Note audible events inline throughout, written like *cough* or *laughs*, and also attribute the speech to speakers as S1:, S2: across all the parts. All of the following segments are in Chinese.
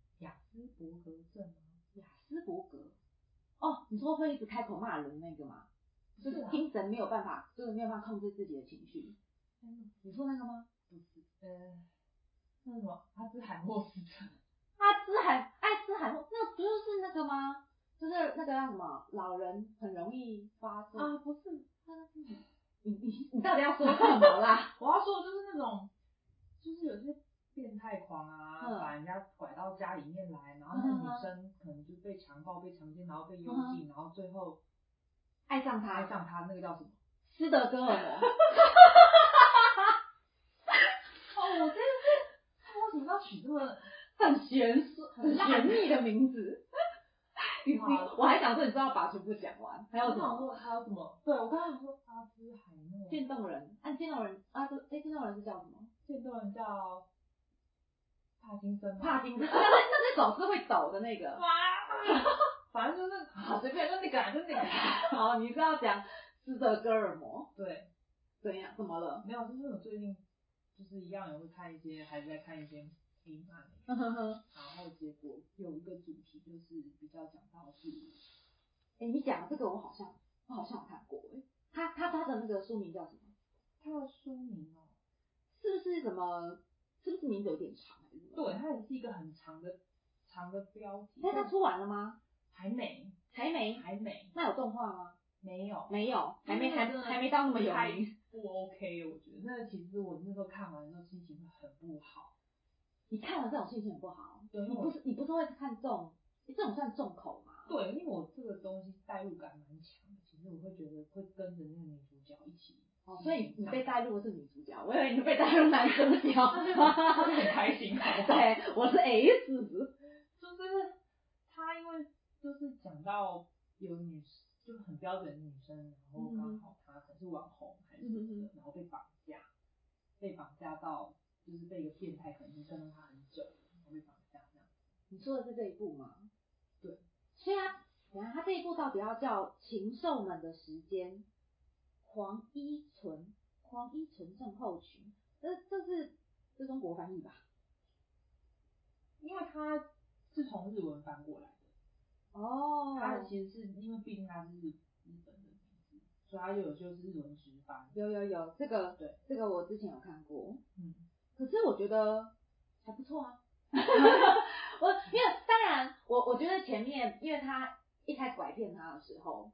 S1: 斯伯格症吗？
S2: 雅斯伯格。哦，你说会一直开口骂人那个吗？就是是
S1: 啊
S2: 精神没有办法，就是没有办法控制自己的情绪。你说那个吗？
S1: 哎不是，呃，那是什么？阿兹海默氏症。
S2: *laughs* 阿兹海爱兹海默，那不就是那个吗？就是那个叫什么，老人很容易发作。
S1: 啊，不是，他是
S2: 你你你到底要说什么啦？
S1: *laughs* 我要说的就是那种，就是有些变态狂啊，
S2: 嗯
S1: 把人家拐到家里面来，然后那
S2: 嗯
S1: 个女
S2: 哼
S1: 生可能就被强暴、被强奸，然后被幽
S2: 嗯啊
S1: 禁，然后最后
S2: 爱上他，
S1: 爱上他，那个叫什么？
S2: 斯德哥尔摩。
S1: 哦，我真的是，为什么要取这么？
S2: 很玄殊、很
S1: 很
S2: 玄
S1: 烂
S2: 秘的名字。 *laughs* 你你
S1: 好
S2: 我还想说，你知道把全部讲完，还有什
S1: 想
S2: 么
S1: 说还有什么？对我刚刚想说阿兹海默，
S2: 渐冻人？按渐冻人啊，这哎，渐冻人是叫什么？
S1: 见多人叫帕金森吗？
S2: 帕 *laughs* 金森，那那那只手是会抖的那 *laughs* 个。
S1: *laughs* 哇，反正就是啊，随便，就那个啊，就那个啊。
S2: 好，你是要讲斯德哥尔摩
S1: 对，
S2: 怎样？怎么 *laughs* 了？
S1: 没有，就是我最近就是一样也会看一些，还是在看一些黑漫，
S2: 呵呵呵。
S1: 然后结果有一个主题就是比较讲到是，
S2: 哎，你讲的这个我好像我好像有看过哎，他他他的那个书名叫什么？
S1: 它的书名哦，
S2: 是不是什么？是不是名字有点长还是什么？
S1: 对，它也是一个很长的长的标题，
S2: 那他出完了吗？
S1: 还没，
S2: 还没？
S1: 还没，
S2: 那有动画吗？
S1: 没有，
S2: 没有，还没还
S1: 真的
S2: 还没到那么有
S1: 太
S2: 名。
S1: 不 OK，我觉得那其实我那时候看完之后心情会很不好，
S2: 你看了这种心情很不好，
S1: 对因为
S2: 你
S1: 我
S2: 不是你不是会看重，这种算重口吗？
S1: 对，因为我这个东西代入感蛮强的，其实我会觉得会跟着那个女主角一起，
S2: 哦，所以你被
S1: 带。
S2: 带入的是女主角，我以为你被带入男主角。
S1: 很开心，好不好？
S2: *laughs* 对，我是 S。
S1: 就是他因为就是讲到有女就是很标准的女生，然后
S2: 嗯
S1: 刚好她可能是网红还是什么的，然后被绑架，被绑架到就是被一个变态可能已经跟踪她很久了，然后被绑架这样。
S2: 你说的是这一部吗？
S1: 对。
S2: 所以啊，等一下他这一部到底要叫《禽兽们的时间》？黄依纯，黄依纯症候群，这这是这中国翻译吧？
S1: 因为他是从日文翻过来的，
S2: 哦
S1: 他其实是因为毕竟他是日日本的名字，所以他就有就是日文直翻。
S2: 有有有，这个
S1: 对，
S2: 这个我之前有看过。
S1: 嗯，
S2: 可是我觉得还不错 *laughs* 啊。我因为当然，我我觉得前面因为他一开始拐骗他的时候，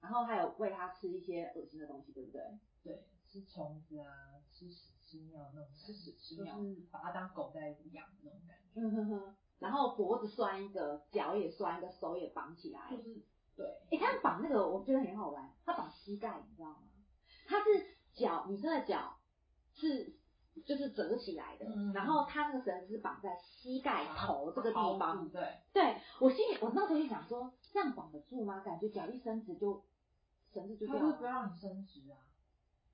S2: 然后还有喂他吃一些恶心的东西，对不对？
S1: 对，吃虫子啊，吃屎吃尿那种感觉，
S2: 吃屎吃尿
S1: 就是把它当狗在养的那种感觉，
S2: 嗯哼哼。然后脖子拴一个，脚也拴一个，手也绑起来。
S1: 就是对，
S2: 哎、他绑那个我觉得很好玩，他绑膝盖，你知道吗？他是脚，女生的脚是就是折起来的，
S1: 嗯啊
S2: 然后他那个绳子是绑在膝盖头这个地
S1: 好
S2: 方，
S1: 嗯对，
S2: 对我心里，我那时候就想说，这样绑得住吗？感觉脚一伸直就绳子就
S1: 它
S2: 掉
S1: 就是不
S2: 了。
S1: 让你伸直啊，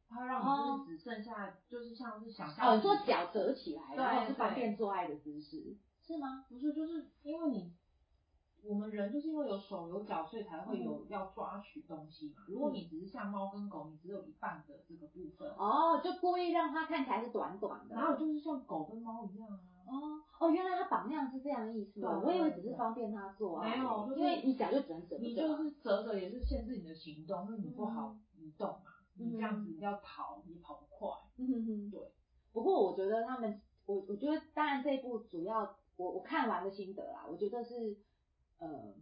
S1: 它让你就是只剩下就是像是想象，
S2: 哦哦，你说脚折起来，
S1: 对
S2: 然后是方
S1: 对
S2: 便做爱的姿势，是吗？
S1: 不是，就是因为你。我们人就是因为有手有脚，所以才会有
S2: 嗯
S1: 要抓取东西嘛。如果你只是像猫跟狗，你只有一半的这个部分，
S2: 哦，就故意让它看起来是短短的。
S1: 然后就是像狗跟猫一样啊。
S2: 哦哦，原来他绑那样是这样的意思哦，
S1: 对
S2: 我以为
S1: 对
S2: 只是
S1: 对
S2: 方便他做爱，
S1: 没有就是
S2: 因为你脚就只能折
S1: 哦你
S2: 着
S1: 就
S2: 啊。
S1: 是折着也是限制你的行动，因为你不好移动嘛。你这样子要逃，你跑不快。
S2: 嗯哼 *laughs* 哼，
S1: 对。
S2: 不过我觉得他们，我我觉得当然这一部主要我我看完的心得啦，我觉得是，呃，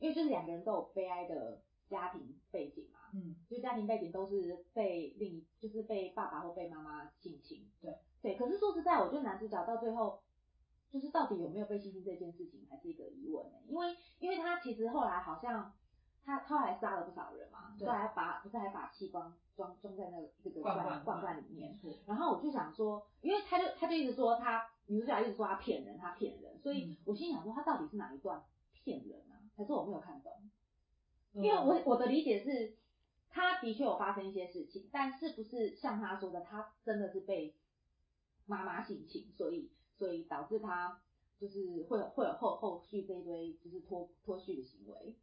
S2: 因为就是两个人都有悲哀的家庭背景嘛，
S1: 嗯，
S2: 就家庭背景都是被另一就是被爸爸或被妈妈性侵。
S1: 对
S2: 对，可是说实在，我觉得男主角到最后就是到底有没有被性侵这件事情，还是一个疑问、欸、因为因为他其实后来好像他他后来杀了不少人嘛，
S1: 对
S2: 后来把不是还把器官装装在那个这个
S1: 罐
S2: 罐
S1: 罐
S2: 罐罐里面。
S1: 错。
S2: 然后我就想说，因为他就他就一直说他女主角一直说他骗人，他骗人，所以
S1: 嗯
S2: 我心想说他到底是哪一段骗人啊？还是我没有看懂？因为
S1: 嗯
S2: 我我的理解是，他的确有发生一些事情，但是不是像他说的，他真的是被妈妈性侵，所以所以导致他就是会有会有后后续这一堆就是脱脱序的行为。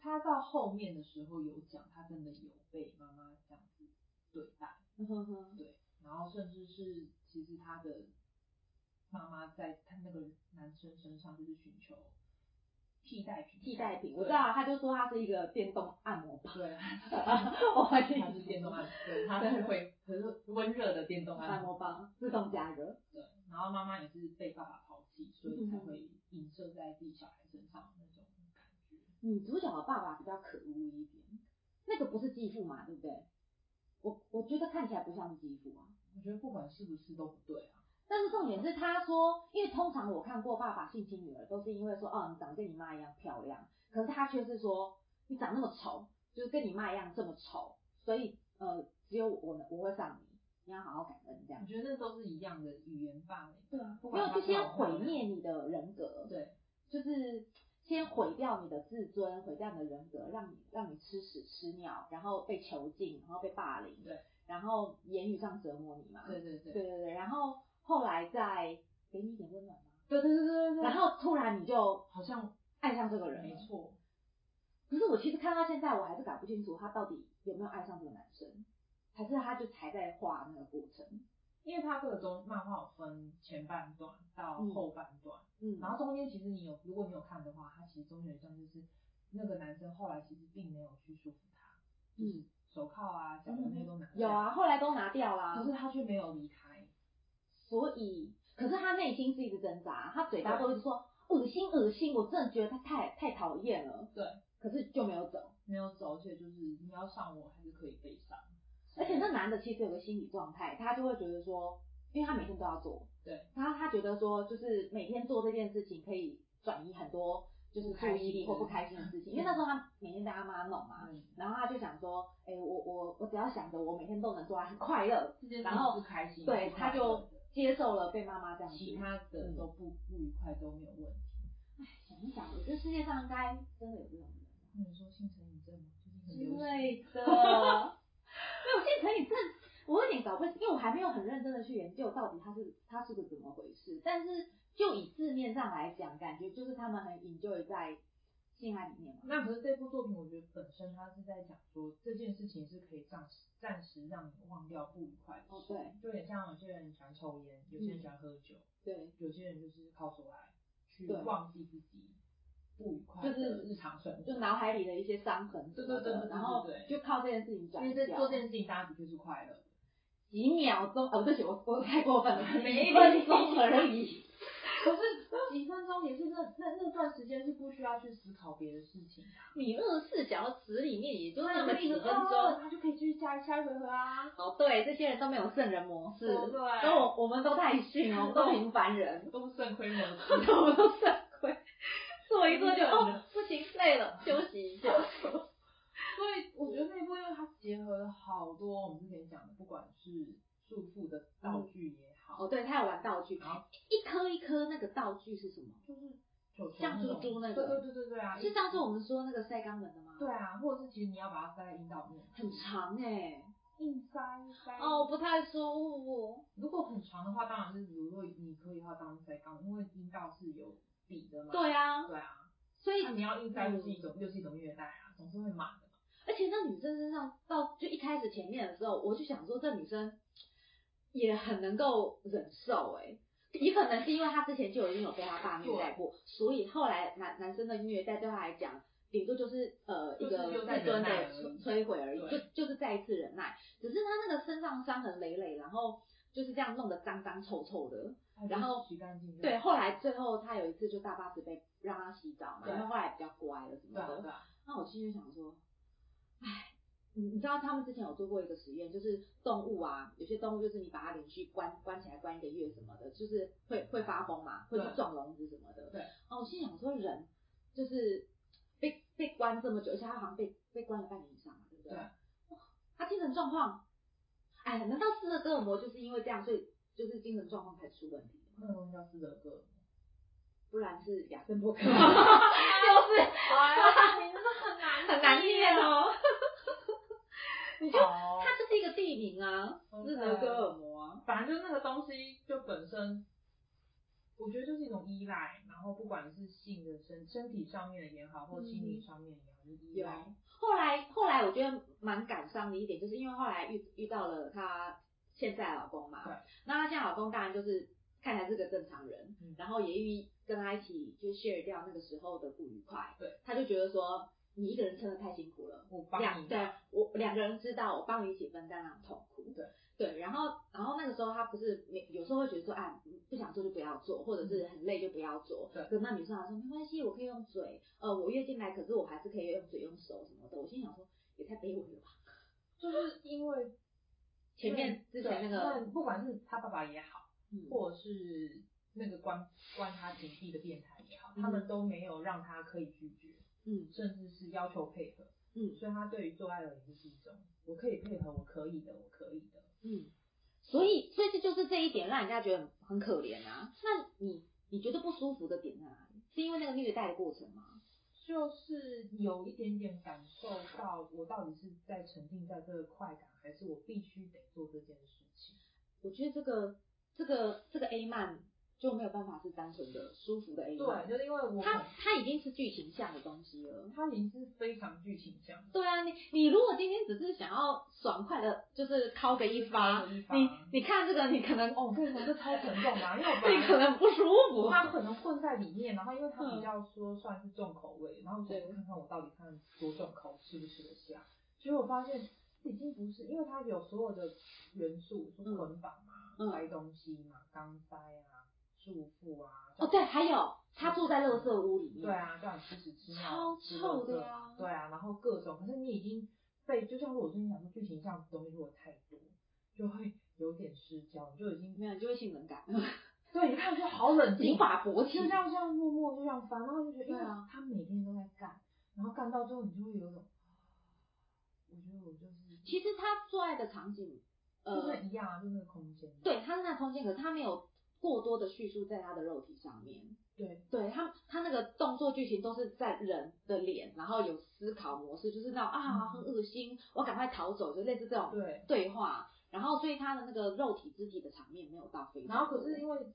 S1: 他到后面的时候有讲，他真的有被妈妈这样子对待，
S2: 嗯哼哼
S1: 然后甚至是其实他的妈妈在他那个男生身上就是寻求替代品，
S2: 替代品，我知道，啊他就说他是一个电动按摩棒， *laughs*
S1: *laughs* 对，
S2: 我还
S1: 它是电动按摩，对，它是会，可是温热的电动按
S2: 按
S1: 摩，
S2: 摩棒自动加热，
S1: 对。然后妈妈也是被爸爸抛弃，所以才会影射在自己小孩身上那种感觉。
S2: 女主角的爸爸比较可恶一点，那个不是继父嘛，对不对？我我觉得看起来不像是继父啊，
S1: 我觉得不管是不是都不对啊，
S2: 但是重点是他说，因为通常我看过爸爸性侵女儿，都是因为说哦你长得跟你妈一样漂亮，可是他却是说你长那么丑，就是跟你妈一样这么丑，所以呃只有我我会上你，你要好好感恩这样
S1: 我。觉得那都是一样的语言罢了。
S2: 对啊，
S1: 不
S2: 没
S1: 管
S2: 有
S1: 他
S2: 就先
S1: 漂不漂
S2: 毁
S1: 亮
S2: 灭你的人格，
S1: 对，
S2: 就是先毁掉你的自尊，毁掉你的人格，让你让你吃屎吃尿，然后被囚禁，然后被霸凌，
S1: 对，
S2: 然后言语上折磨你嘛，
S1: 对对对，
S2: 对对对，然后后来再给你一点温暖嘛，
S1: 对对对对对
S2: 然
S1: 对，
S2: 后突然你就
S1: 好像
S2: 爱上这个人
S1: 没
S2: 了，
S1: 错，
S2: 可是我其实看到现在，我还是搞不清楚他到底有没有爱上这个男生，还是他就还在画那个过程，
S1: 因为它这个中漫画有分前半段到后半段，
S2: 嗯
S1: 然后中间其实你有，如果你有看的话，它其实中间有一段就是那个男生后来其实并没有去束缚他，就是手铐啊、脚的那些都拿
S2: 嗯有
S1: 下，
S2: 啊，嗯后来都拿掉啦，
S1: 可是他却没有离开，
S2: 所以，可是他内心是一直挣扎，他嘴巴都一直说恶心恶心，我真的觉得他太太讨厌了。
S1: 对，
S2: 可是就没有走。
S1: 没有走，而且就是你要上我还是可以被上，
S2: 而且那男的其实有个心理状态，他就会觉得说，因为他每天都要做，
S1: 对，
S2: 然后他觉得说，就是每天做这件事情可以转移很多就是注意力或不开心的事情，因为那时候他每天被他妈弄嘛，
S1: 嗯，
S2: 然后他就想说，哎、我我我只要想着我每天都能做，很快乐，
S1: 这件事
S2: 然后
S1: 情是开心，
S2: 对
S1: 是
S2: 他
S1: 快
S2: 就
S1: 乐的
S2: 接受了被妈妈这样
S1: 其
S2: 子。嗯
S1: 他的都不不愉快都没有问题。
S2: 想一想，我觉得世界上应该真的有这种人。
S1: 那你说性成瘾症吗？最 *laughs*
S2: 之
S1: 近很流行。
S2: 类的。没有，现在可以这，我有点搞不清，因为我还没有很认真的去研究到底它是它是个怎么回事。但是就以字面上来讲，感觉就是他们很 enjoy 在性爱里面嘛。
S1: 那可是这部作品，我觉得本身它是在讲说这件事情是可以暂时暂时让你忘掉不愉快的
S2: 哦
S1: 事，
S2: 对
S1: 就有点像有些人喜欢抽烟，有些人喜欢喝酒，
S2: 对，
S1: 有些人就是靠手来去
S2: 对
S1: 忘记自己不愉快的
S2: 就是
S1: 日常生活。
S2: 就脑海里的一些伤痕什
S1: 对
S2: 么
S1: 对对对
S2: 的，
S1: 对
S2: 然后
S1: 对
S2: 就靠这件事情
S1: 因
S2: 转
S1: 为
S2: 移
S1: 这
S2: 掉
S1: 做这件事情，大家的确是快乐的。
S2: 几秒钟，哦，对不起，我我太过分了，
S1: *laughs* 没
S2: 一分钟而已。
S1: 可是几分钟也是那那那段时间是不需要去思考别的事情的、
S3: 你二十四小时里面也就那
S1: 那
S3: 么
S1: 你
S3: 几
S1: 可以
S3: 分
S1: 哦
S3: 钟，
S1: 他就可以继续下下一回合啊。
S2: 哦，对，这些人都没有圣人模式，
S3: 哦对不
S2: 所以
S3: 对？
S2: 我我们都太逊了，我们 *laughs* 都平凡人。
S1: 都是肾亏没
S3: 哦
S1: 有
S2: *laughs*
S1: *laughs*
S2: 我们都肾
S3: *laughs*
S2: 亏，做一做就哦
S3: 不行，累了， *laughs* 休息一下。
S1: 所以我觉得那一部，因为它结合了好多我们之前讲的，不管是束缚的道具也好，
S2: 哦，对，他有玩道具，
S1: 好
S2: 一颗一颗那个道具是什么？
S1: 就是球球
S2: 像
S1: 那
S2: 猪
S1: 种
S2: 猪那
S1: 对对
S2: 个，
S1: 对对对啊，
S2: 是上次我们说那个塞肛门的吗？
S1: 对，啊，或者是其实你要把它塞在阴道里面，
S2: 很长哎、
S1: 硬塞塞。
S3: 哦，，不太舒服。
S1: 如果很长的话，当然是如果你可以的话，当然是塞肛，因为阴道是有底的嘛。
S2: 对啊，
S1: 对啊，
S2: 所以
S1: 那你要硬塞就是一种又是一种虐待啊，总是会满的嘛。
S2: 而且那女生身上到就一开始前面的时候，我就想说这女生也很能够忍受哎、也可能是因为她之前就已经有被她爸虐待过，所以后来男男生的虐待对她来讲，顶多就是呃一
S1: 就
S2: 个
S1: 是就在
S2: 自
S1: 忍
S2: 尊
S1: 耐
S2: 的
S1: 而已
S2: 摧摧毁而已，就
S1: 对
S2: 就是再一次忍耐。只是她那个身上伤痕累累，然后就是这样弄得脏脏臭臭的。然后
S1: 洗干净就好。
S2: 对，后来最后她有一次就大巴子被让她洗澡嘛，
S1: 对
S2: 因为后来比较乖了什
S1: 对
S2: 么
S1: 啊
S2: 的。
S1: 对啊，
S2: 那我心里就想说，唉，你你知道他们之前有做过一个实验，就是动物啊，有些动物就是你把它连续关关起来关一个月什么的，就是会会发疯嘛，会去
S1: 对
S2: 撞笼子什么的。
S1: 对。
S2: 哦，我心里想说人就是被被关这么久，而且他好像被被关了半年以上嘛，对不对？
S1: 对
S2: 哇他精神状况，哎，难道斯德哥尔摩就是因为这样，所以就是精神状况才出问题吗？
S1: 那个东西叫斯德哥尔摩。
S2: 不然是亚森伯格， *laughs*
S1: *laughs*
S2: 就
S3: 哎
S2: 是
S3: 呀，你真的很难
S2: 很难念
S1: 啊
S2: 哦。
S1: 你
S2: 就
S1: 好
S2: 它就是一个地名啊，斯德哥尔摩啊。
S1: 反正就那个东西就本身，我觉得就是一种依赖，然后不管是性的身身体上面也好，或心
S2: 嗯
S1: 理上面也好，就是依赖。
S2: 后来后来我觉得蛮感伤的一点，就是因为后来遇遇到了她现在的老公嘛
S1: 对，
S2: 那她现在老公当然就是看起来是个正常人，
S1: 嗯
S2: 然后也愿意跟他一起就 share 掉那个时候的不愉快，
S1: 对，
S2: 他就觉得说你一个人撑的太辛苦了。
S1: 我帮
S2: 两
S1: 你，
S2: 对我两个人知道，我帮你一起分担那种痛苦。
S1: 对
S2: 对，然后然后那个时候他不是没有时候会觉得说，哎，不想做就不要做，或者是很累就不要做。
S1: 对
S2: 可是那女生还说没关系，我可以用嘴，呃，我月经来，可是我还是可以用嘴用手什么的。我心想说，也太卑微了吧。
S1: 就是因为
S2: 前面之前那个，
S1: 对不管是他爸爸也好，
S2: 嗯，
S1: 或者是那个关关他警惕的变态也好，他们都没有让他可以拒绝，
S2: 嗯
S1: 甚至是要求配合，
S2: 嗯
S1: 所以他对于做爱而言就是一种我可以配合，我可以的，我可以的。
S2: 嗯，所以所以这就是这一点让人家觉得很可怜啊。那你你觉得不舒服的点在哪里？是因为那个虐待的过程吗？
S1: 就是有一点点感受到，我到底是在沉浸在这个快感，还是我必须得做这件事情？
S2: 我觉得这个这个这个 A 漫就没有办法是单纯的舒服的 A
S1: 对，
S2: 漫，
S1: 就是因为我
S2: 它它已经是剧情向的东西了。
S1: 他已经是非常剧情向的，
S2: 对啊，你你如果今天只是想要爽快的，就是敲个一发，
S1: 一发
S2: 你你看这个你可能
S1: 哦，我跟你说这超沉重的啊，因为我本
S2: 你可
S1: 来
S2: 能不舒服。
S1: 他可能混在里面，然后因为他比较说算是重口味，然后我想说
S2: 嗯对嗯
S1: 看看我到底看多重口，吃不吃得下。结果我发现这已经不是，因为它有所有的元素，说
S2: 嗯
S1: 捆绑
S2: 嗯
S1: 啊、塞东西嘛、钢塞啊、束缚啊。
S2: 哦，对，还有他住在垃圾屋里面，
S1: 对，啊，叫你吃屎吃
S2: 超
S1: 尿，吃
S2: 臭
S1: 垃
S2: 的
S1: 圾
S2: 呀
S1: 嘛，对啊，然后各种，可是你已经被，就像是我最近想说剧情上的东西如果太多，就会有点失焦，你就已经
S2: 没有你就会性冷感，
S1: 对，你看就好冷静啊
S2: 无，法勃起
S1: 就。像这样默默就这样翻，然后就觉得，因
S2: 对
S1: 为
S2: 啊
S1: 他每天都在干，然后干到最后你就会有一种，我觉得我就是
S2: 其实他做爱的场景，呃，
S1: 就是一样啊，就那个空间，
S2: 对，他是那空间，可是他没有过多的叙述在他的肉体上面。
S1: 对，
S2: 对他，他那个动作剧情都是在人的脸，然后有思考模式，就是那种啊，
S1: 嗯
S2: 很恶心，我赶快逃走，就类似这种
S1: 对，
S2: 对话。然后，所以他的那个肉体肢体的场面没有到非常多。
S1: 然后可是因为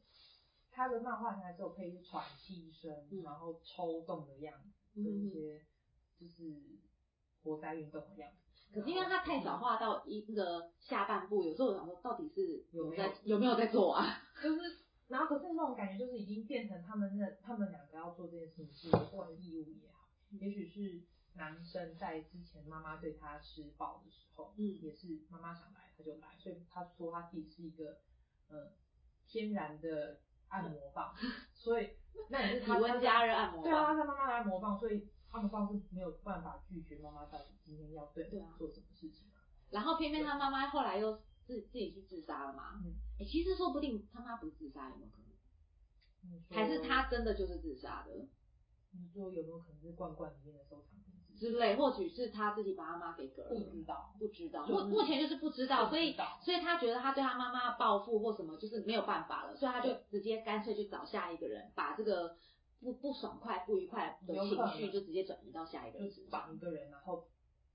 S1: 他的漫画才只有配一些喘气声，
S2: 嗯
S1: 然后抽动的样子，
S2: 嗯
S1: 跟
S2: 嗯
S1: 一些就是活塞运动的样子。
S2: 可是因为他太
S1: 嗯
S2: 少画到一个下半部，有时候我想说，到底是
S1: 有没有
S2: 在有没有在做啊？
S1: 就是，然后可是那种感觉就是已经变成他们那他们两个要做这件事情是不管是义务也好，
S2: 嗯
S1: 也许是男生在之前妈妈对他施暴的时候，
S2: 嗯
S1: 也是妈妈想来他就来，所以他说他自己是一个呃天然的按摩棒，
S2: 嗯
S1: *laughs* 所以那也是
S2: 体
S1: 他
S2: 温加热按摩
S1: 对
S2: 棒
S1: 啊，他妈妈来模仿，所以他们棒是没有办法拒绝妈妈到底今天要对
S2: 对啊
S1: 你做什么事情、啊。
S2: 然后偏偏他妈妈后来又自自己去自杀了嘛。
S1: 嗯哦
S2: 诶其实说不定他妈不是自杀，有没有可能？
S1: 你说
S2: 还是？他真的就是自杀的
S1: 你说有没有可能是罐罐里面的收藏品之类的？
S2: 之类？或许是他自己把他妈给割
S1: 不
S2: 了，
S1: 知道，
S2: 不知道，
S1: 就
S2: 目
S1: 是
S2: 目前就是不知道，
S1: 不
S2: 所以
S1: 知道
S2: 所以他觉得他对他妈妈报复或什么就是没有办法了，所以他就
S1: 对
S2: 直接干脆就找下一个人，把这个不不爽快、不愉快的
S1: 有可
S2: 情
S1: 能
S2: 绪就直接转移到下一个
S1: 就
S2: 人
S1: 是
S2: 身上
S1: 绑。一个人，然后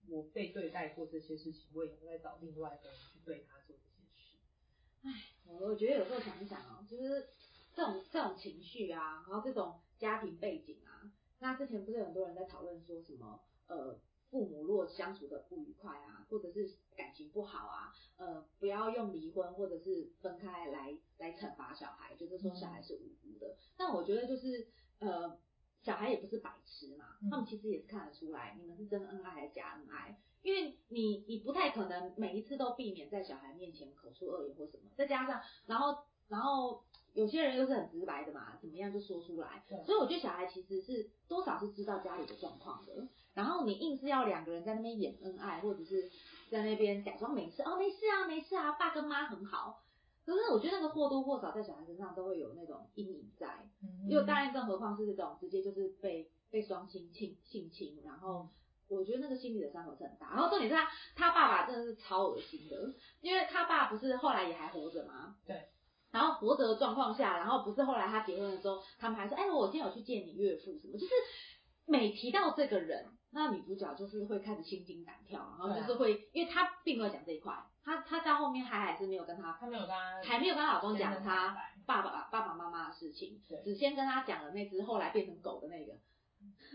S1: 我被对待过这些事情，我也要再找另外一个人去对他做这些事。
S2: 我我觉得有时候想一想哦，就是这种这种情绪啊，然后这种家庭背景啊，那之前不是有很多人在讨论说什么呃父母若相处的不愉快啊，或者是感情不好啊，呃不要用离婚或者是分开来来惩罚小孩，就是说小孩是无辜的。但我觉得就是呃小孩也不是白痴嘛，
S1: 嗯
S2: 他们其实也是看得出来你们是真恩爱还是假恩爱。因为你你不太可能每一次都避免在小孩面前口出恶言或什么，再加上然后然后有些人又是很直白的嘛，怎么样就说出来，
S1: 对
S2: 所以我觉得小孩其实是多少是知道家里的状况的。然后你硬是要两个人在那边演恩爱，或者是在那边假装没事哦，没事啊，没事啊，爸跟妈很好。可是我觉得那个或多或少在小孩身上都会有那种阴影在，
S1: 嗯
S2: 又当然更何况是这种直接就是被被双亲性性侵，然后我觉得那个心理的伤口是很大。然后重点是他他爸爸真的是超恶心的，因为他爸不是后来也还活着吗？
S1: 对。
S2: 然后活着的状况下，然后不是后来他结婚的时候，他们还说，哎，我今天有去见你岳父什么，就是每提到这个人，那女主角就是会开始心惊胆跳，然后就是会，因为她并没有讲这一块，她她到后面还还是没有跟他
S1: 他没有跟他
S2: 还没有跟她老公
S1: 先
S2: 讲
S1: 生
S2: 她
S1: 坦白
S2: 爸爸爸爸妈妈的事情
S1: 对，
S2: 只先跟他讲了那只后来变成狗的那个。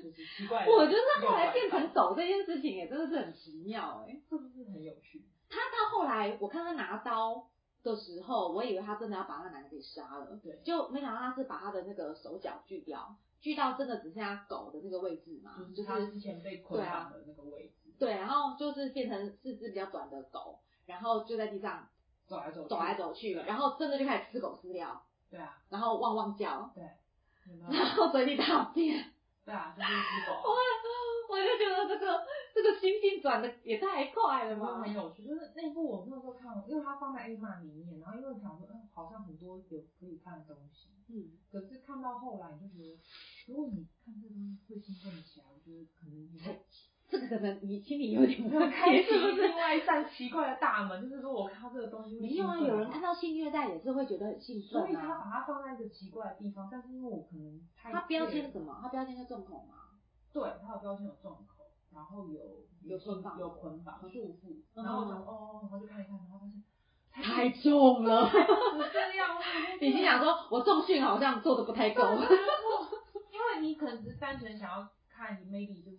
S1: 就是奇怪的，
S2: 我觉得后来
S1: 奇
S2: 变
S1: 怪的
S2: 成狗这件事情也真的是很奇妙哎、
S1: 是不是很有趣？
S2: 他到后来，我看他拿刀的时候，我以为他真的要把那男的给杀了，
S1: 对，
S2: 就没想到他是把他的那个手脚锯掉，锯到真的只剩下狗的那个位置嘛，
S1: 就
S2: 就是
S1: 嗯他之前被捆
S2: 对啊
S1: 绑的那个位置，
S2: 对，然后就是变成四肢比较短的狗，然后就在地上
S1: 走来走去
S2: 啊走来走去，
S1: 对
S2: 然后真的就开始吃狗饲料，
S1: 对啊，
S2: 然后汪汪叫，
S1: 对，有没有
S2: 然后嘴里大便。
S1: 对啊，就是一只狗啊。
S2: 我就觉得这个这个心境转的也太快了
S1: 然后
S2: 吧
S1: 很！有趣，就是那部我那时候看完，因为它放在 A 漫里面，然后因为想说，嗯，好像很多有可以看的东西，
S2: 嗯，
S1: 可是看到后来你就觉得，如果你看这东西会兴奋起来，我觉得可能你
S2: *laughs*
S1: 会
S2: 这个可能你心里有点
S1: 没有
S2: 问
S1: 开
S2: 题，
S1: 启
S2: 是不是？
S1: 另外一扇奇怪的大门，就是说我看到这个东西会
S2: 没有啊，
S1: 兴奋
S2: 有
S1: 的
S2: 人
S1: 话
S2: 看到性虐待也是会觉得很兴
S1: 所以
S2: 奋
S1: 他
S2: 啊。
S1: 把它放在一个奇怪的地方，但是因为我可能太
S2: 他标
S1: 介
S2: 签什么？他标签是重口吗？
S1: 对，它的标签有重口，然后有
S2: 有捆绑
S1: 有捆绑束缚，
S2: 嗯
S1: 然后我想说哦，然后就看一看，然后发现
S2: 太重了，
S1: 是这样，
S2: *laughs*
S1: 哦我想说
S2: 已经想说，我重训好像做的不太够。
S1: 因为你可能只是单纯想要看 maybe 就是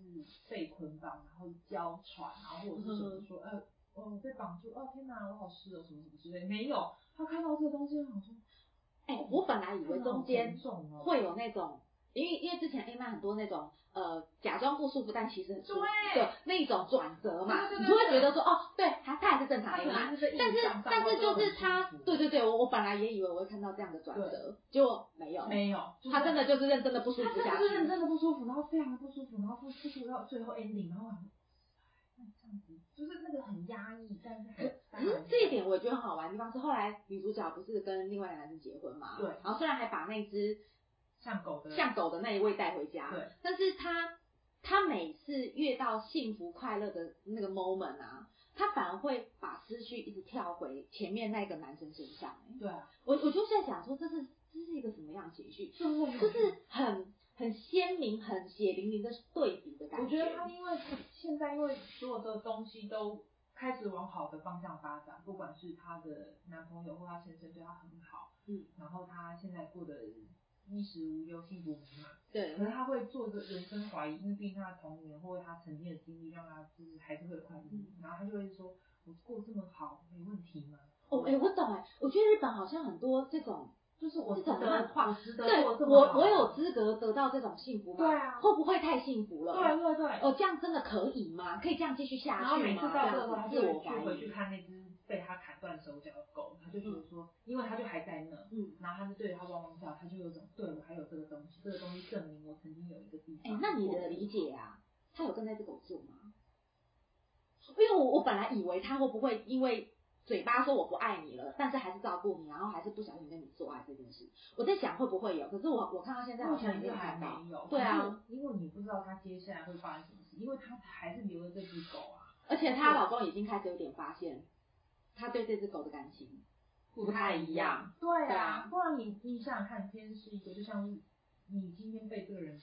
S1: 被捆绑，然后娇喘，然后或者是什么说，呃，哦，我被绑住，哦，天哪，我好湿哦，什么什么之类，没有。他看到这个东西，好像
S2: 哎、我本来以为中间
S1: 重哦，
S2: 会有那种，因为因为之前 A 曼很多那种呃假装不舒服，但其实很舒服
S1: 对
S2: 的那一种转折嘛，
S1: 对对对
S2: 你就会
S1: 对
S2: 觉得说哦，对，他他还是正常
S1: 他
S2: A
S1: 可
S2: 曼
S1: 能，就是
S2: 但是但是就是他，对
S1: 对
S2: 对对，我我本来也以为我会看到这样的转折，结果没有，
S1: 没有，就是
S2: 他真的就是认真的不舒
S1: 他
S2: 服
S1: 真的
S2: 下
S1: 是认
S2: 去。
S1: 真的不舒服，然后非常的不舒服，然后不舒服到最后 ending，然后我想说哎这样子就是那个很压抑，但是还
S2: 可是嗯这一点我觉得很好玩的地方是，后来女主角不是跟另外一个男生结婚嘛？
S1: 对
S2: 然后虽然还把那只
S1: 像狗的
S2: 像狗的那一位带回家，
S1: 对，
S2: 但是他他每次越到幸福快乐的那个 moment 啊，他反而会把思绪一直跳回前面那个男生身上、欸
S1: 对啊，
S2: 我我就在想说，这是这是一个什么样的情绪？
S1: 就是那种
S2: 就是很很鲜明、很血淋淋的对比的感
S1: 我觉得他
S2: 觉。
S1: 因为现在因为所有的东西都开始往好的方向发展，不管是她的男朋友或她先生对她很好，
S2: 嗯，
S1: 然后她现在过得衣食无忧、幸福美满，
S2: 对
S1: 可是她会做着人生怀疑，因为毕竟她的童年或者她曾经的经历让她就是还是会有怀疑，
S2: 嗯
S1: 然后她就会说：“我过这么好，没问题吗？”
S2: 哦，哎、我懂哎、我觉得日本好像很多这种，
S1: 就是我值
S2: 这种漫
S1: 得，
S2: 画
S1: 我值得
S2: 对
S1: 过这么
S2: 我
S1: 好，
S2: 我有资格得到这种幸福吗？
S1: 对啊
S2: 会不会太幸福了？
S1: 对啊对对，
S2: 哦，这样真的可以吗？可以这样继续下去吗？
S1: 然后每次到
S2: 这
S1: 这个时候，他就
S2: 样子自我
S1: 会去回
S2: 怀
S1: 去
S2: 疑。
S1: 看那只被他砍断手脚的狗，他就觉得说，因为他就还在那，
S2: 嗯，
S1: 然后他就对着他汪汪叫，他就有种对我还有这个东西，这个东西证明我曾经有一个地
S2: 哎、
S1: 方。
S2: 那你的理解啊，他有跟那只狗住吗？因为我我本来以为他会不会因为嘴巴说我不爱你了，但是还是照顾你，然后还是不小心跟你做爱这件事，我在想会不会有，可是我我看到现在好
S1: 目
S2: 像
S1: 前
S2: 没
S1: 是
S2: 有
S1: 还
S2: 看到，
S1: 没有，
S2: 对啊，
S1: 因为你不知道他接下来会发生什么事，因为他还是留了这只狗啊，
S2: 而且她老公已经开始有点发现，他对这只狗的感情不太一样。
S1: 对
S2: 对
S1: 啊
S2: 啊，
S1: 不然你你想想看，今天是一个就像是你今天被这个人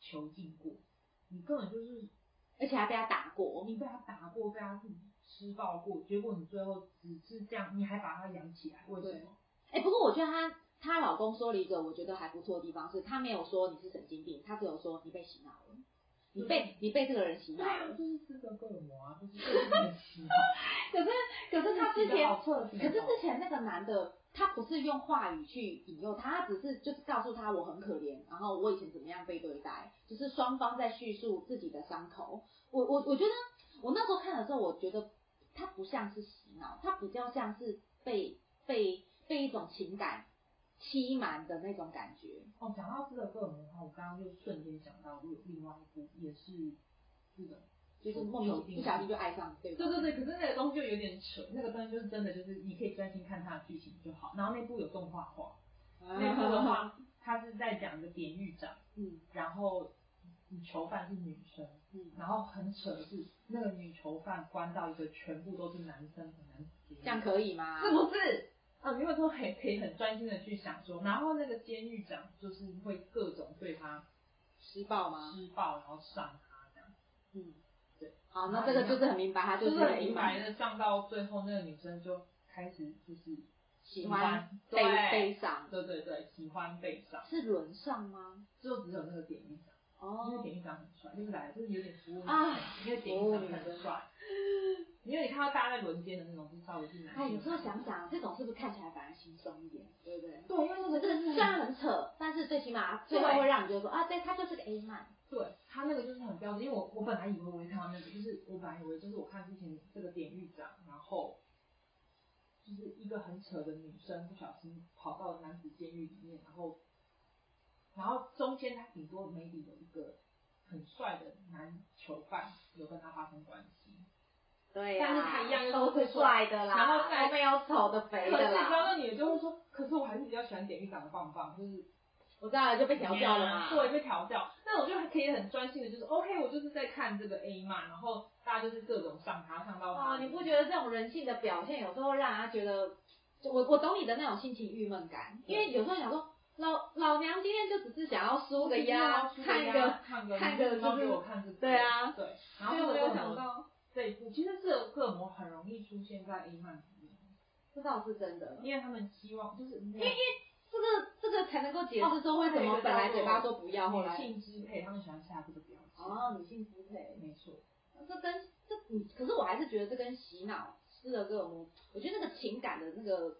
S1: 囚禁过，你根本就是
S2: 而且还被他打过，
S1: 你被他打过，被他自己施暴过，结果你最后只是这样，你还把他养起来，为什么？
S2: 哎、不过我觉得她她老公说了一个我觉得还不错的地方是，他没有说你是神经病，他只有说你被洗脑了，你被你被这个人洗脑了。
S1: 啊就是资格够了魔啊，就是这个很
S2: *laughs*
S1: 奇怪
S2: 可是可是他之前，
S1: 好彻底哦，
S2: 可是之前那个男的，他不是用话语去引诱他，他只是就是告诉他我很可怜，然后我以前怎么样被对待，就是双方在叙述自己的伤口。我我我觉得我那时候看的时候，我觉得他不像是洗脑，他比较像是被被被一种情感欺瞒的那种感觉。
S1: 哦，讲到资格够了魔的话，我刚刚就瞬间想到有另外一部也是这种，
S2: 就是莫名不小心就爱上对方
S1: 对对对，可是那个东西就有点扯，那个东西就是真的就是你可以专心看它的剧情就好，然后那部有动画化，那部的
S2: 啊
S1: 话它是在讲一个典狱长，
S2: 嗯
S1: 然后囚犯是女生。
S2: 嗯，
S1: 然后很扯的是，那个女囚犯关到一个全部都是男生很难死，
S2: 这样可以吗？
S1: 是不是？啊，没有说很可以很专心的去想说，然后那个监狱长就是会各种对他
S2: 施暴吗？
S1: 施暴，然后上他这样，
S2: 嗯，
S1: 对。
S2: 好，那这个就是很明白，他
S1: 啊就是是
S2: 一个
S1: 很明
S2: 阴霾
S1: 白的上到最后，那个女生就开始就是
S2: 喜欢被
S1: 对
S2: 悲伤，
S1: 对对对，喜欢被上，
S2: 是沦丧吗？
S1: 就只有那个典狱长，因为
S2: 哦，
S1: 典狱长很帅，就是来就是有点服务女
S2: 啊
S1: 生，因为典狱长很帅，因为你看到大家在轮奸的那种，就稍微去拿。
S2: 哎，有时候想想，这种是不是看起来反而轻松一点，对不对？
S1: 对，因为那个
S2: 可
S1: 就是
S2: 虽然很扯，但是最起码最后会让你觉得说啊，对，他就是个 A 曼，
S1: 对他那个就是很标准，因为我我本来以为我会看到那个，就是我本来以为就是我看之前这个典狱长，然后就是一个很扯的女生不小心跑到男子监狱里面，然后然后中间他顶多 maybe 有一个很帅的男囚犯有跟他发生关系，
S2: 对
S1: 但是他一样
S2: 都是帅的啦，
S1: 然后再
S2: 都没有丑的肥
S1: 可是
S2: 的
S1: 你知道
S2: 啦，
S1: 那女的就会说，可是我还是比较喜欢典狱长的棒棒，就是
S2: 我知道了就被调教了嘛，
S1: 对，被调教。那我就还可以很专心的，就是 OK，我就是在看这个 A 嘛，然后大家就是各种上他上到他。
S2: 哦，你不觉得这种人性的表现有时候会让人家觉得，就我我懂你的那种心情郁闷感，因为有时候想说，老老娘今天就只是想要输个鸭，看
S1: 看
S2: 个，
S1: 看个
S2: 看个
S1: 你要
S2: 就是
S1: 给我看这个，
S2: 对啊
S1: 对。然
S2: 所以
S1: 后
S2: 我
S1: 没有
S2: 就想到，
S1: 这一部，其实这个恶魔很容易出现在 A 漫里面，
S2: 这倒是真的，
S1: 因为他们希望就是因为
S2: 这个这个才能够解释说为什么本来嘴巴说不要，后
S1: 女
S2: 来
S1: 性支配，他们喜欢下这个标签。
S2: 哦女性支配，
S1: 没错，
S2: 这跟这你，可是我还是觉得这跟洗脑施了恶魔，我觉得那个情感的那个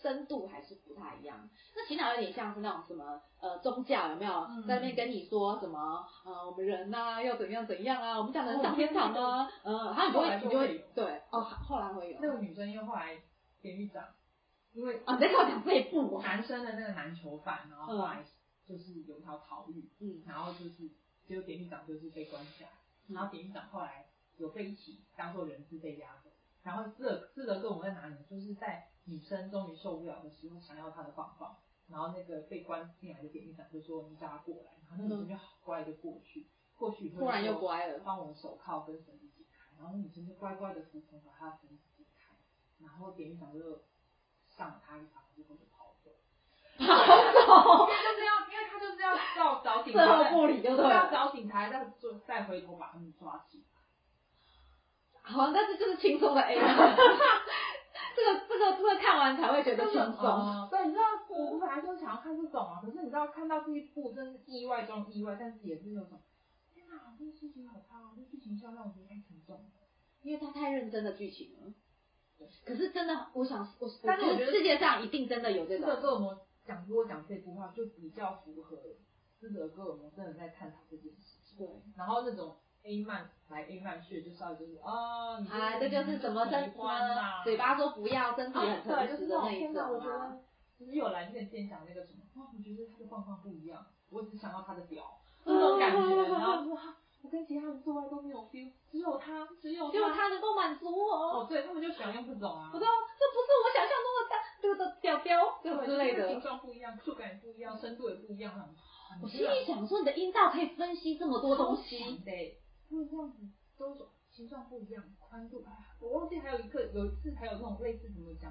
S2: 深度还是不太一样。那洗脑有点像是那种什么呃宗教有没有、
S1: 嗯
S2: 在那边跟你说什么呃我们人呐、要怎样怎样啊，我们这样能上天堂啊，呃，他很多
S1: 后来
S2: 你
S1: 就
S2: 就
S1: 会
S2: 会
S1: 有
S2: 对哦，后来会有
S1: 那个女生因为后来典狱长，因为
S2: 啊，你在跟我讲这一步啊，
S1: 男生的那个男囚犯，然后后来就是有一条逃狱，
S2: 嗯
S1: 然后就是只有典狱长就是被关起来，
S2: 嗯
S1: 然后典狱长后来有被一起当做人质被押走，然后这个这个跟我在哪里呢？就是在女生终于受不了的时候，想要她的棒棒，然后那个被关进来的典狱长就说你叫她过来，然后那女生就好乖的过去，过去以后
S2: 突嗯然又
S1: 说
S2: 乖了，
S1: 帮我手铐跟绳子解开，然后那女生就乖乖的服从把她的绳子解开，然后典狱长就上了她一巴，之后就跑走。
S2: 跑
S1: 哦他就是要，因为他就是要要找
S2: 走，
S1: 警
S2: 事后
S1: 察，
S2: 不理就对
S1: 要
S2: 了。
S1: 找警察再做再回头把他们抓起来。
S2: 好，但是就是轻松的
S1: *laughs*
S2: A，这个这个这个看完才会觉得轻松。
S1: 嗯对，你知道我本来就想要看这种啊，可是你知道看到这一部真是意外中意外，但是也是那种，天哪，这个剧情好差啊，这剧情效让我觉得太沉重了。
S2: 因为它太认真的剧情了
S1: 对。
S2: 可是真的，我想，我
S1: 但是我觉得
S2: 世界上一定真的有这
S1: 这个
S2: 种，
S1: 恶魔讲，如果讲这部话，就比较符合这个恶魔真的在探讨这件事情。
S2: 对，
S1: 然后那种 A 漫来 A 漫去，就稍微就是啊，你
S2: 啊，这就是什么身
S1: 身观啊，
S2: 嘴巴说不要，身体
S1: 啊，
S2: 很诚实的那一
S1: 天哪，我
S2: 种
S1: 觉
S2: 啊。
S1: 得就是有蓝之前讲那个什么，哇，我觉得他的棒棒不一样，我只想要他的屌，就那种感觉。然后说哈，啊我跟其他人做爱都没有 feel，只有他，只有
S2: 只有
S1: 他。
S2: 他能够满足我，
S1: 哦，对他们就喜欢用这种啊
S2: 我，说这不是我想象中的大这个屌屌这
S1: 对
S2: 种之类
S1: 就是形
S2: 的。
S1: 状不一样，触感也不一样，深度也不一样啊。
S2: 我心里想说，你的阴道可以分析这么多东西，
S1: 对，他们这样子都种形状不一样，宽度，哎呀，我忘记还有一个有一次还有那种类似怎么讲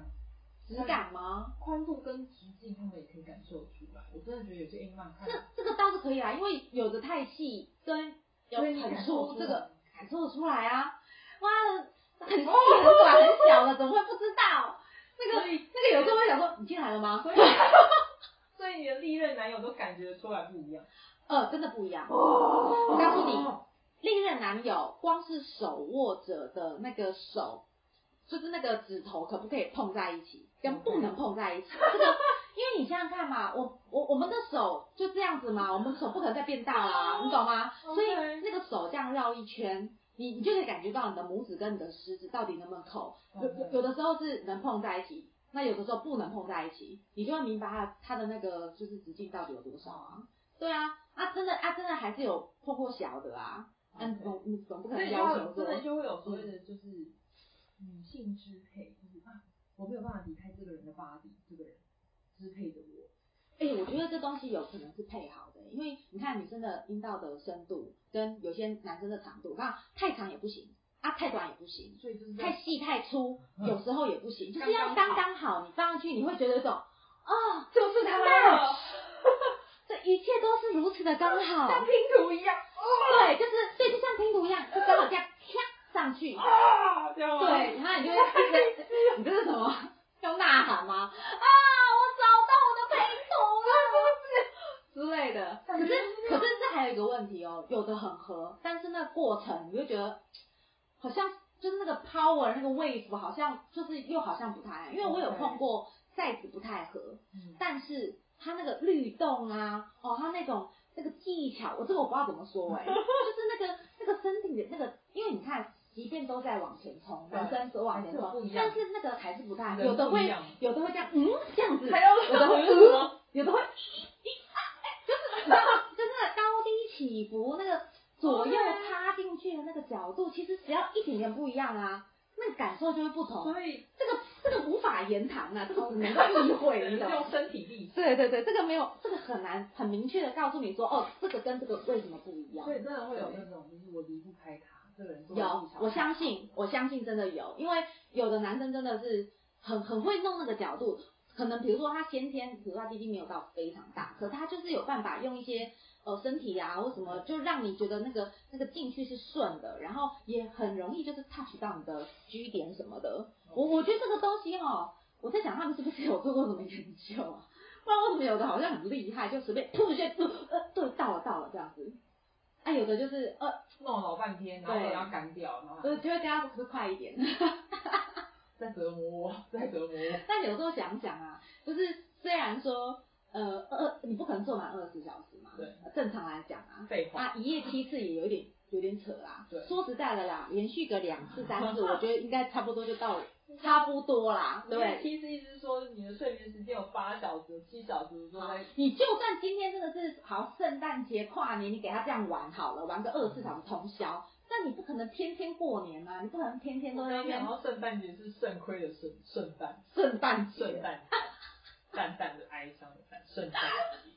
S2: 质感吗？
S1: 宽度跟直径，他们也可以感受出来。我真的觉得有些 A 漫看
S2: 这这个倒是可以啊啦，因为有的太细跟有
S1: 所以你
S2: 很
S1: 感受
S2: 粗
S1: 出
S2: 这个
S1: 来
S2: 感受出来啊！ *laughs* 哇，很细很短很小的，怎么会不知道？那个
S1: 所以
S2: 那
S1: *laughs*
S2: 个有时候会想说，你进来了吗？
S1: 所以所以你的历任男友都感觉出来不一 *laughs* 样。
S2: 呃，真的不一样。
S1: 我
S2: 我告诉你，历任男友光是手握着的那个手，就是那个指头可不可以碰在一起，跟不能碰在一起，这个。因为你想想看嘛，我我我们的手就这样子嘛，我们的手不可能再变大啦、你懂吗？所以
S1: OK
S2: 那个手这样绕一圈，你你就可以感觉到你的拇指跟你的食指到底能不能扣。有有有的时候是能碰在一起，那有的时候不能碰在一起，你就会明白它它的那个就是直径到底有多少啊？对啊，啊真的啊真的还是有碰过小的啊，那你总你总不可
S1: 嗯所
S2: 能
S1: 以
S2: 要
S1: 就真
S2: 求说
S1: 的就会有所谓的就是女性支配，就是啊，我没有办法离开这个人的 body，这个人支配着我。
S2: 哎、我觉得这东西有可能是配好的、欸因为你看女生的阴道的深度跟有些男生的长度，看太长也不行，啊太短也不行，
S1: 所以就是在
S2: 太细太粗有时候也不行，就是要
S1: 刚
S2: 嗯刚
S1: 刚好
S2: 刚好，你放上去你会觉得有一种啊，
S1: 就是 *laughs* 他
S2: 了这一切都是如此的刚好，
S1: 像拼图一样
S2: 对，就是对，就像拼图一样，就刚好这样啪上去，
S1: 啊，这样吗？
S2: 对，然后 *laughs* 你就会你这是什么？要呐喊吗？啊，我找到我的拼 *laughs* 图了，之类的。可是可是这还有一个问题哦，有的很合，但是那过程你就觉得好像就是那个 power 那个 wave 好像就是又好像不太，因为我有碰过 size 不太合，
S1: 嗯 *laughs*
S2: 但是他那个律动啊，哦，他那种那个技巧，我这个我不知道怎么说
S1: *laughs*
S2: 哎、就是那个那个身体的那个，因为你看，即便都在往前冲，
S1: 对
S2: 人生都往前
S1: 还是有不
S2: 冲
S1: 一，样
S2: 但是那个还是不太，
S1: 人
S2: 有的
S1: 不一
S2: 会
S1: 样
S2: 有的会这样，嗯，这样子，
S1: 还有
S2: 有的会
S1: 有什
S2: 嗯
S1: 么，
S2: 有的会，咦咦啊哎就是那个就是那个高低起伏，那个左右插进去的那个角度，其实只要一点点不一样啊，那个感受就会不同。
S1: 所以
S2: 这个这个无法言谈
S1: 嗯
S2: 啊，这个只能够
S1: *laughs*
S2: 意会，
S1: 只
S2: 你
S1: 能
S2: 懂吗
S1: 用？身体力行，
S2: 对对对，这个没有，这个很难很明确的告诉你说，哦，这个跟这个为什么不一样
S1: 所？以真的会有那种就是我离不开他，这个人做的
S2: 有
S1: 技巧，
S2: 我相信，我相信真的有，因为有的男生真的是很很会弄那个角度，可能比如说他先天，比如说他基地没有到非常大，可他就是有办法用一些呃身体啊或什么，就让你觉得那个那个进去是顺的，然后也很容易就是 touch 到你的 G 点什么的。我我觉得这个东西哈，我在想他们是不是有做过什么研究啊？不然为什么有的好像很厉害，就随便噗一下，噗呃，对，到了到了这样子。啊，有的就是呃，
S1: 弄了老半天，然后
S2: 对
S1: 也要干掉，然后
S2: 我就会跟他说快一点。 *laughs*
S1: 再折磨我，再折磨我，
S2: 但有时候想想啊，就是虽然说，呃，二你不可能做满二十四小时嘛，
S1: 对，
S2: 正常来讲啊，
S1: 废话，
S2: 啊，一夜七次也有点有点扯啦。
S1: 对
S2: 说实在的啦，连续个两次三次，我觉得应该差不多就到了，差不
S1: *laughs*
S2: 多啦，对不对？
S1: 啊其实意思是说你的睡眠时间有八小时、七小时都 *laughs* 在
S2: 你就算今天真的是好圣诞节、跨年，你给他这样玩好了，玩个二十四小时通宵，但你不可能天天过年啊，你不可能天天都在那边
S1: 然后圣诞节是肾亏的肾，圣诞，
S2: 圣诞
S1: 圣
S2: 节。
S1: 诞节， *laughs* 淡淡的哀伤的淡，圣 *laughs* 诞节，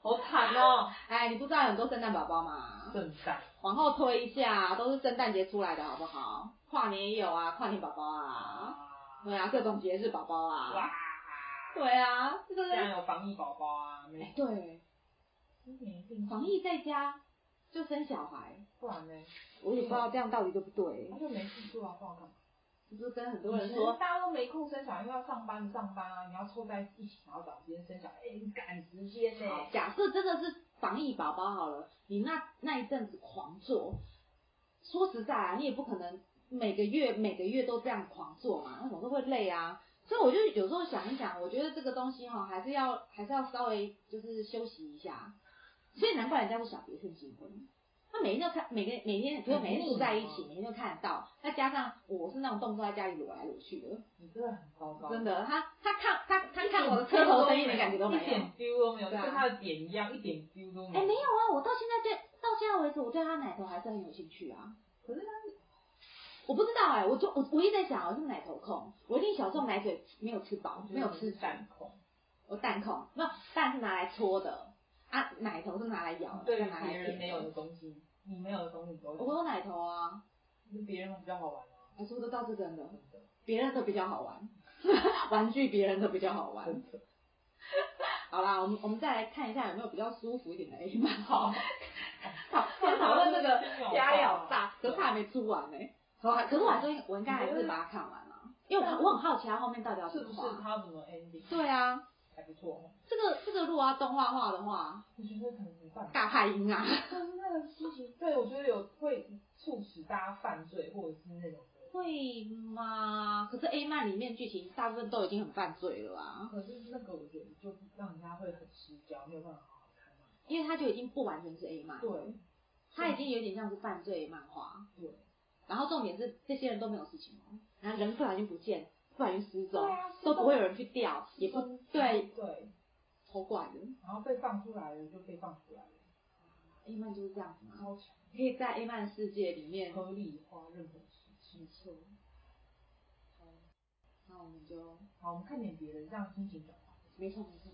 S1: 好惨哦，
S2: 哎，你不知道有很多圣诞宝宝吗？
S1: 圣诞，
S2: 往后推一下，都是圣诞节出来的好不好？跨年也有啊，跨年宝宝啊，对啊，各种节日宝宝啊，
S1: 哇，
S2: 对啊，这
S1: 这样
S2: 个
S1: 有防疫宝宝啊，没，
S2: 对，
S1: 今年一定
S2: 防疫在家就生小孩，
S1: 不然呢，
S2: 我也不知道这样到底对不对
S1: 他，就没事做啊，不好干嘛？
S2: 就是跟很多人说，
S1: 大家都没空生小孩，因为要上班的上班啊，你要凑在一起，然后找时间生小孩，哎、你赶时间呢、
S2: 好假设真的是防疫宝宝好了，你那那一阵子狂做，说实在啊，你也不可能每个月每个月都这样狂做嘛，那总是会累啊。所以我就有时候想一想，我觉得这个东西哈，还是要还是要稍微就是休息一下。所以难怪人家说小别胜新婚，他每天都看，每个每天比如每天住在一起，每天都看得到，再加上我是那种动不动在家里裸来裸去的，
S1: 你真的很糟糕，
S2: 真的，他他看他他看我的车头哦灯一点感觉都没
S1: 一
S2: 有。
S1: 点丢都没有，
S2: 对
S1: 跟
S2: 啊
S1: 他的点一样，一点丢都
S2: 哎、
S1: 有。
S2: 没有啊，我到现在对到现在为止，我对他奶头还是很有兴趣啊。
S1: 可是
S2: 我不知道哎、我就我我一直在想，我是不是奶头控，我一定小时候奶嘴没有吃饱，
S1: 嗯
S2: 没有吃足，
S1: 蛋控，
S2: 我蛋控，没有蛋是拿来搓的啊，奶头是拿来咬的，
S1: 对
S2: 再
S1: 于
S2: 拿
S1: 别
S2: 来
S1: 人
S2: 舔。
S1: 没有的东西，你没有的东西你都
S2: 我
S1: 有，
S2: 有奶头啊，
S1: 是别人比较好玩啊，
S2: 哎，说得到是真的，
S1: 真的，
S2: 别人的比较好玩， *laughs* 玩具别人的比较好玩。
S1: 真的。
S2: 好啦，我们我们再来看一下有没有比较舒服一点的 A 漫，
S1: 好，
S2: 讨先讨论
S1: *laughs*
S2: 这个压力好大，可
S1: 对
S2: 是他还没出完呢、好啊，可是我还是我应该还是把它看完啊了，因为我我很好奇它后面到底要
S1: 是
S2: 怎
S1: 不
S2: 么
S1: 是
S2: 画。
S1: 他怎么 ending？
S2: 对，啊，
S1: 还不错哦。
S2: 这个这个如果要动画化的话，
S1: 我觉得可能没办法。
S2: *laughs* 尬派音啊，
S1: 就是那个心情，对我觉得有会促使大家犯罪，或者是那种的。
S2: 会吗？可是 A 漫里面剧情大部分都已经很犯罪了啊，
S1: 可是那个我觉得就让人家会很失焦，没有办法好好看嘛。
S2: 因为它就已经不完全是 A 漫，
S1: 对
S2: 它已经有点像是犯罪漫画。
S1: 对
S2: 然后重点是这些人都没有事情哦，然后人不小心不见，不小心失踪，
S1: 对啊
S2: 都不会有人去调，也不对，
S1: 对，
S2: 超怪的。
S1: 然后被放出来了就被放出来了，
S2: A 漫就是这样子嘛，
S1: 超强，
S2: 可以在 A 漫世界里面。
S1: 合理化任何事情。
S2: 没错。好，那我们就
S1: 好，我们看点别的，让心情转换。
S2: 没错没错。